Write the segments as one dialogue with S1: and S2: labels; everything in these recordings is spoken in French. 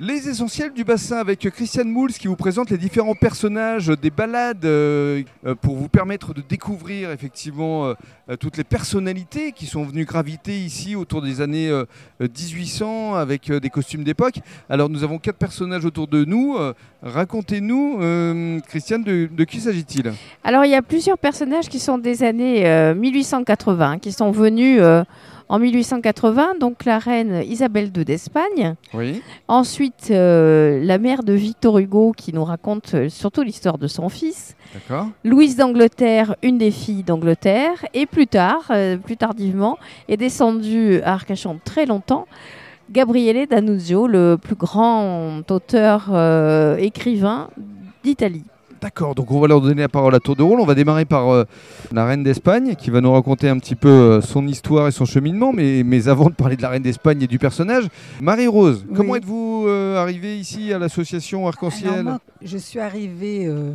S1: Les essentiels du bassin avec Christiane Mouls qui vous présente les différents personnages des balades euh, euh, pour vous permettre de découvrir effectivement euh, euh, toutes les personnalités qui sont venues graviter ici autour des années euh, 1800 avec euh, des costumes d'époque. Alors nous avons quatre personnages autour de nous. Euh, Racontez-nous, euh, Christiane, de, de qui s'agit-il
S2: Alors, il y a plusieurs personnages qui sont des années euh, 1880, qui sont venus euh, en 1880, donc la reine Isabelle II d'Espagne.
S1: Oui.
S2: Ensuite, euh, la mère de Victor Hugo, qui nous raconte euh, surtout l'histoire de son fils.
S1: D'accord.
S2: Louise d'Angleterre, une des filles d'Angleterre. Et plus tard, euh, plus tardivement, est descendue à Arcachon très longtemps. Gabriele D'Annunzio, le plus grand auteur euh, écrivain d'Italie.
S1: D'accord, donc on va leur donner la parole à tour de rôle. On va démarrer par euh, la reine d'Espagne qui va nous raconter un petit peu euh, son histoire et son cheminement. Mais, mais avant de parler de la reine d'Espagne et du personnage, Marie-Rose,
S3: Oui.
S1: comment êtes-vous euh, arrivée ici à l'association
S3: Alors
S1: Arc-en-Ciel
S3: moi, je suis arrivée euh,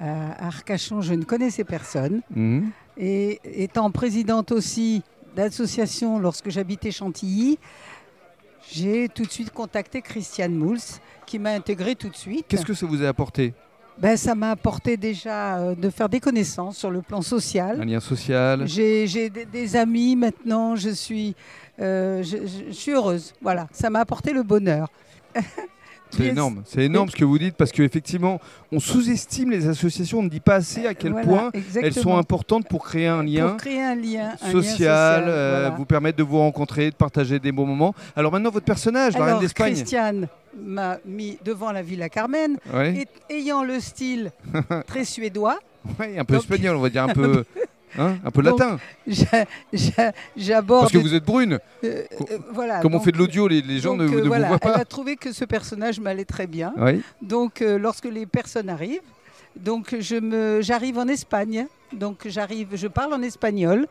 S3: à Arcachon, je ne connaissais personne.
S1: Mhm.
S3: Et étant présidente aussi d'association lorsque j'habitais Chantilly, j'ai tout de suite contacté Christiane Mouls, qui m'a intégrée tout de suite.
S1: Qu'est-ce que ça vous a apporté
S3: ben, ça m'a apporté déjà euh, de faire des connaissances sur le plan social.
S1: Un lien social
S3: J'ai j'ai des, des amis maintenant, je suis, euh, je, je- je suis heureuse. Voilà, ça m'a apporté le bonheur.
S1: C'est
S3: Yes.
S1: énorme, c'est énorme ce que vous dites parce qu'effectivement, on sous-estime les associations, on ne dit pas assez à quel
S3: Voilà,
S1: point elles sont
S3: exactement.
S1: importantes pour créer un lien.
S3: Pour créer un lien un lien
S1: social, euh,
S3: voilà.
S1: vous permettre de vous rencontrer, de partager des bons moments. Alors maintenant, votre personnage, la reine
S3: Alors,
S1: d'Espagne.
S3: Christiane m'a mis devant la Villa Carmen,
S1: Ouais.
S3: et, ayant le style très suédois.
S1: Ouais, un peu
S3: Donc-
S1: espagnol, on va dire un peu, hein, un peu
S3: Donc,
S1: latin.
S3: j'a- j'a- J'aborde.
S1: Parce que vous êtes brune.
S3: euh,
S1: co-
S3: euh, voilà,
S1: Comme on
S3: donc-
S1: fait de l'audio, les, les gens
S3: donc,
S1: ne,
S3: euh,
S1: ne
S3: voilà,
S1: vous voient
S3: Elle
S1: pas.
S3: a trouvé que ce personnage m'allait très bien.
S1: Oui.
S3: Donc, euh, lorsque les personnes arrivent, donc je me, j'arrive en Espagne. Donc, j'arrive, je parle en espagnol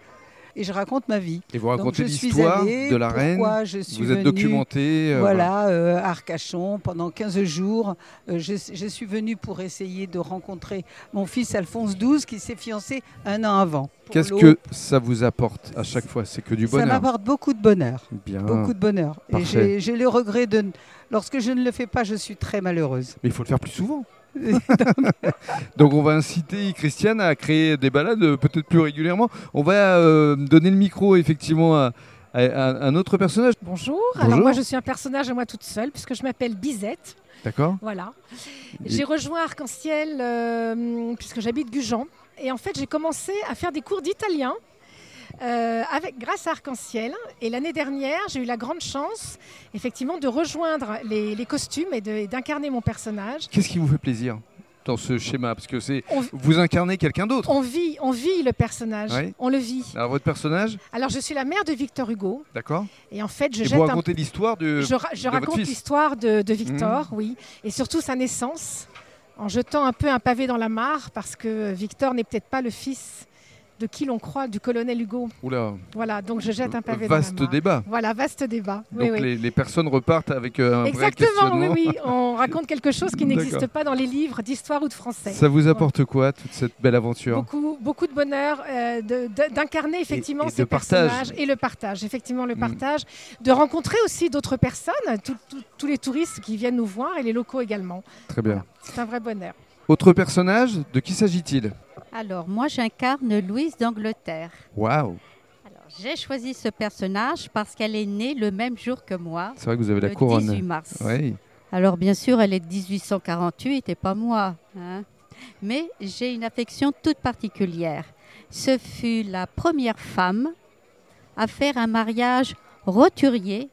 S3: et je raconte ma vie.
S1: Et vous
S3: Donc,
S1: racontez
S3: je suis
S1: l'histoire
S3: allée,
S1: de la reine.
S3: pourquoi Je suis
S1: Vous êtes
S3: venue,
S1: documenté. euh,
S3: Voilà, euh, à Arcachon, pendant 15 jours, euh, je, je suis venue pour essayer de rencontrer mon fils Alphonse XII qui s'est fiancé un an avant. Pour
S1: Qu'est-ce
S3: l'eau,
S1: que ça vous apporte à chaque fois C'est que du
S3: Ça
S1: bonheur.
S3: m'apporte beaucoup de bonheur.
S1: Bien.
S3: Beaucoup de bonheur.
S1: Parfait.
S3: Et j'ai- j'ai le regret de... n- Lorsque je ne le fais pas, je suis très malheureuse.
S1: Mais il faut le faire plus souvent. Donc on va inciter Christiane à créer des balades euh, peut-être plus régulièrement. On va euh, donner le micro effectivement à, à- à un autre personnage.
S4: Bonjour.
S1: Bonjour.
S4: Alors moi je suis un personnage à moi toute seule puisque je m'appelle Bizette.
S1: D'accord
S4: Voilà.
S1: Et-
S4: J'ai rejoint Arc-en-Ciel euh, puisque j'habite Gujan et en fait j'ai commencé à faire des cours d'italien euh, avec grâce à Arc-en-Ciel et l'année dernière j'ai eu la grande chance effectivement de rejoindre les, les costumes et de- et d'incarner mon personnage.
S1: Qu'est-ce qui vous fait plaisir dans ce schéma Parce que c'est
S4: On-
S1: vous incarnez quelqu'un d'autre.
S4: On vit, on vit le personnage,
S1: Oui. Ah.
S4: on le vit.
S1: Alors votre personnage,
S4: Alors je suis la mère de Victor Hugo
S1: d'accord
S4: et en fait je
S1: Et
S4: jette
S1: vous
S4: un
S1: racontez l'histoire de.
S4: Je, ra- je
S1: de votre
S4: raconte
S1: fils. Mhm.
S4: l'histoire de, de Victor, oui, et surtout sa naissance, en jetant un peu un pavé dans la mare, parce que Victor n'est peut-être pas le fils de qui l'on croit, du colonel Hugo.
S1: Oula,
S4: Voilà, donc je jette un pavé
S1: Euh, vaste
S4: dans la mare.
S1: débat.
S4: Voilà, vaste débat. Oui,
S1: Donc
S4: oui.
S1: Les, les personnes repartent avec euh, un vrai
S4: Exactement, oui,
S1: questionnement.
S4: oui. On raconte quelque chose qui n'existe
S1: D'accord.
S4: pas dans les livres d'histoire ou de français.
S1: Ça vous apporte quoi toute cette belle aventure
S4: Beaucoup, beaucoup de bonheur euh, de- de- d'incarner effectivement
S1: Hein. et de
S4: ces
S1: partage.
S4: personnages et le partage, effectivement le
S1: Mm.
S4: partage, de rencontrer aussi d'autres personnes, tout- tout- tous les touristes qui viennent nous voir et les locaux également.
S1: Très bien.
S4: Voilà. C'est un vrai bonheur.
S1: Autre personnage, de qui s'agit-il
S5: Alors, moi, j'incarne Louise d'Angleterre.
S1: Waouh
S5: Alors, j'ai choisi ce personnage parce qu'elle est née le même jour que moi,
S1: C'est vrai que vous avez la
S5: le
S1: couronne.
S5: 18 mars.
S1: Oui.
S5: Alors, bien sûr, elle est de 1848 et pas moi. hein. Mais j'ai une affection toute particulière. Ce fut la première femme à faire un mariage roturier.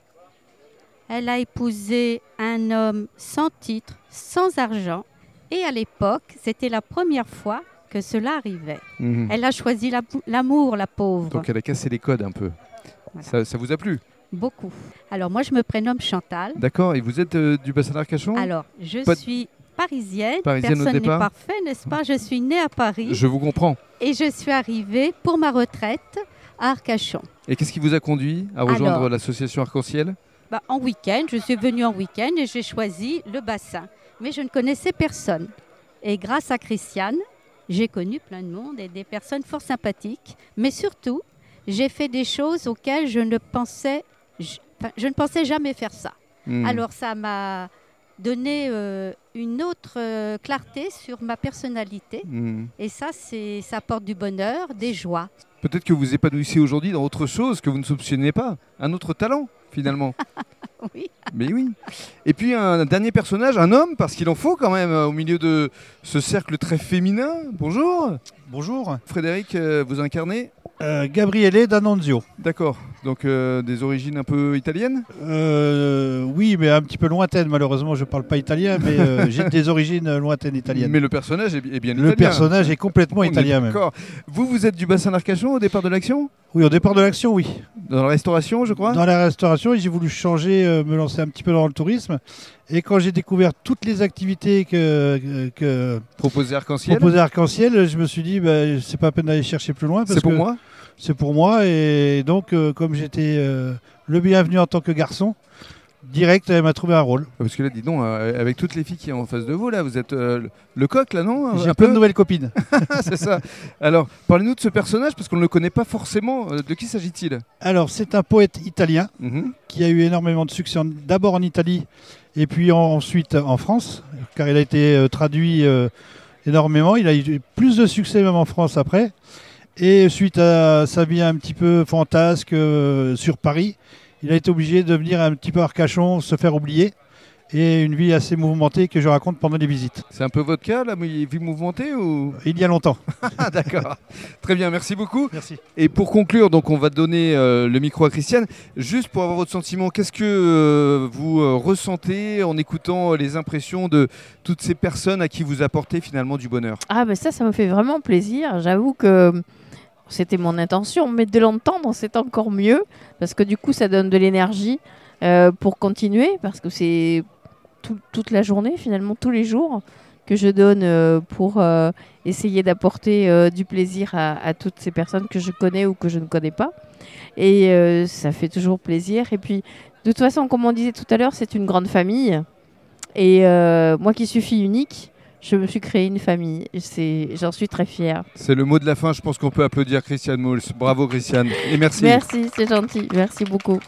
S5: Elle a épousé un homme sans titre, sans argent. Et à l'époque, c'était la première fois que cela arrivait.
S1: Mhm.
S5: Elle a choisi la- l'amour, la pauvre.
S1: Donc elle a cassé les codes un peu.
S5: Voilà.
S1: Ça, ça vous a plu
S5: Beaucoup. Alors, moi, je me prénomme Chantal.
S1: D'accord. Et vous êtes euh, du bassin d'Arcachon
S5: Alors, je
S1: Pas-
S5: suis parisienne.
S1: Parisienne au
S5: Personne n'est
S1: départ.
S5: parfait, n'est-ce pas Je suis née à Paris
S1: Je vous comprends.
S5: et je suis arrivée pour ma retraite à Arcachon.
S1: Et qu'est-ce qui vous a conduit à rejoindre
S5: Alors.
S1: l'association Arc-en-Ciel
S5: Bah, en week-end, je suis venue en week-end et j'ai choisi le bassin. Mais je ne connaissais personne. Et grâce à Christiane, j'ai connu plein de monde et des personnes fort sympathiques. Mais surtout, j'ai fait des choses auxquelles je ne pensais, je, enfin, je ne pensais jamais faire ça.
S1: Mhm.
S5: Alors ça m'a donner euh, une autre euh, clarté sur ma personnalité.
S1: Hmm.
S5: Et ça, c'est, ça apporte du bonheur, des joies.
S1: Peut-être que vous épanouissez aujourd'hui dans autre chose que vous ne soupçonnez pas, un autre talent finalement.
S5: Oui.
S1: Mais oui. Et puis un dernier personnage, un homme, parce qu'il en faut quand même euh, au milieu de ce cercle très féminin. Bonjour,
S6: Bonjour.
S1: Frédéric, euh, vous incarnez.
S6: Euh, Gabriele D'Annunzio.
S1: D'accord. Donc euh, des origines un peu italiennes.
S6: Euh, oui, mais un petit peu lointaine, malheureusement, je parle pas italien, mais euh, j'ai des origines lointaines italiennes.
S1: Mais le personnage est bi- est bien
S6: Le
S1: italien.
S6: personnage est complètement
S1: On est
S6: italien même.
S1: D'accord. Vous, vous êtes du bassin d'Arcachon au départ de l'action
S6: Oui, au départ de l'action, oui.
S1: Dans la restauration, je crois
S6: Dans la restauration, et j'ai voulu changer, euh, me lancer un petit peu dans le tourisme. Et quand j'ai découvert toutes les activités que, que
S1: Proposer arc-en-ciel.
S6: proposait Arc-en-Ciel, je me suis dit, bah, c'est pas à peine d'aller chercher plus loin. parce
S1: C'est pour
S6: que
S1: moi
S6: C'est pour moi. Et donc, euh, comme j'étais euh, le bienvenu en tant que garçon, direct, elle m'a trouvé un rôle.
S1: Parce que là, dis donc, euh, avec toutes les filles qui sont en face de vous, là, vous êtes euh, le- le coq, là, non
S6: J'ai
S1: Un
S6: plein
S1: peu
S6: de nouvelles copines.
S1: Ah, c'est ça. Alors, parlez-nous de ce personnage, parce qu'on ne le connaît pas forcément. Euh, De qui s'agit-il
S6: Alors, c'est un poète italien
S1: Mhm.
S6: qui a eu énormément de succès en- d'abord en Italie et puis en- ensuite en France, car il a été euh, traduit euh, énormément. Il a eu plus de succès même en France après. Et suite à sa vie un petit peu fantasque euh, sur Paris, il a été obligé de venir un petit peu à Arcachon, se faire oublier. Et une vie assez mouvementée que je raconte pendant les visites,
S1: C'est un peu votre cas, la mou- vie mouvementée ou...
S6: il y a longtemps.
S1: Ah, d'accord. Très bien, merci beaucoup.
S6: Merci.
S1: Et pour conclure, donc on va donner euh, le micro à Christiane. Juste pour avoir votre sentiment, qu'est-ce que euh, vous euh, ressentez en écoutant euh, les impressions de toutes ces personnes à qui vous apportez finalement du bonheur
S2: Ah, mais ça, ça me fait vraiment plaisir. J'avoue que c'était mon intention, mais de l'entendre, c'est encore mieux parce que du coup, ça donne de l'énergie euh, pour continuer parce que c'est tout- toute la journée, finalement, tous les jours que je donne euh, pour euh, essayer d'apporter euh, du plaisir à, à toutes ces personnes que je connais ou que je ne connais pas. Et euh, ça fait toujours plaisir. Et puis, de toute façon, comme on disait tout à l'heure, c'est une grande famille. Et euh, moi qui suis fille unique, je me suis créé une famille. C'est, j'en suis très fière.
S1: C'est le mot de la fin, je pense qu'on peut applaudir Christiane Mouls. Bravo Christiane et merci.
S2: Merci, c'est gentil. Merci beaucoup.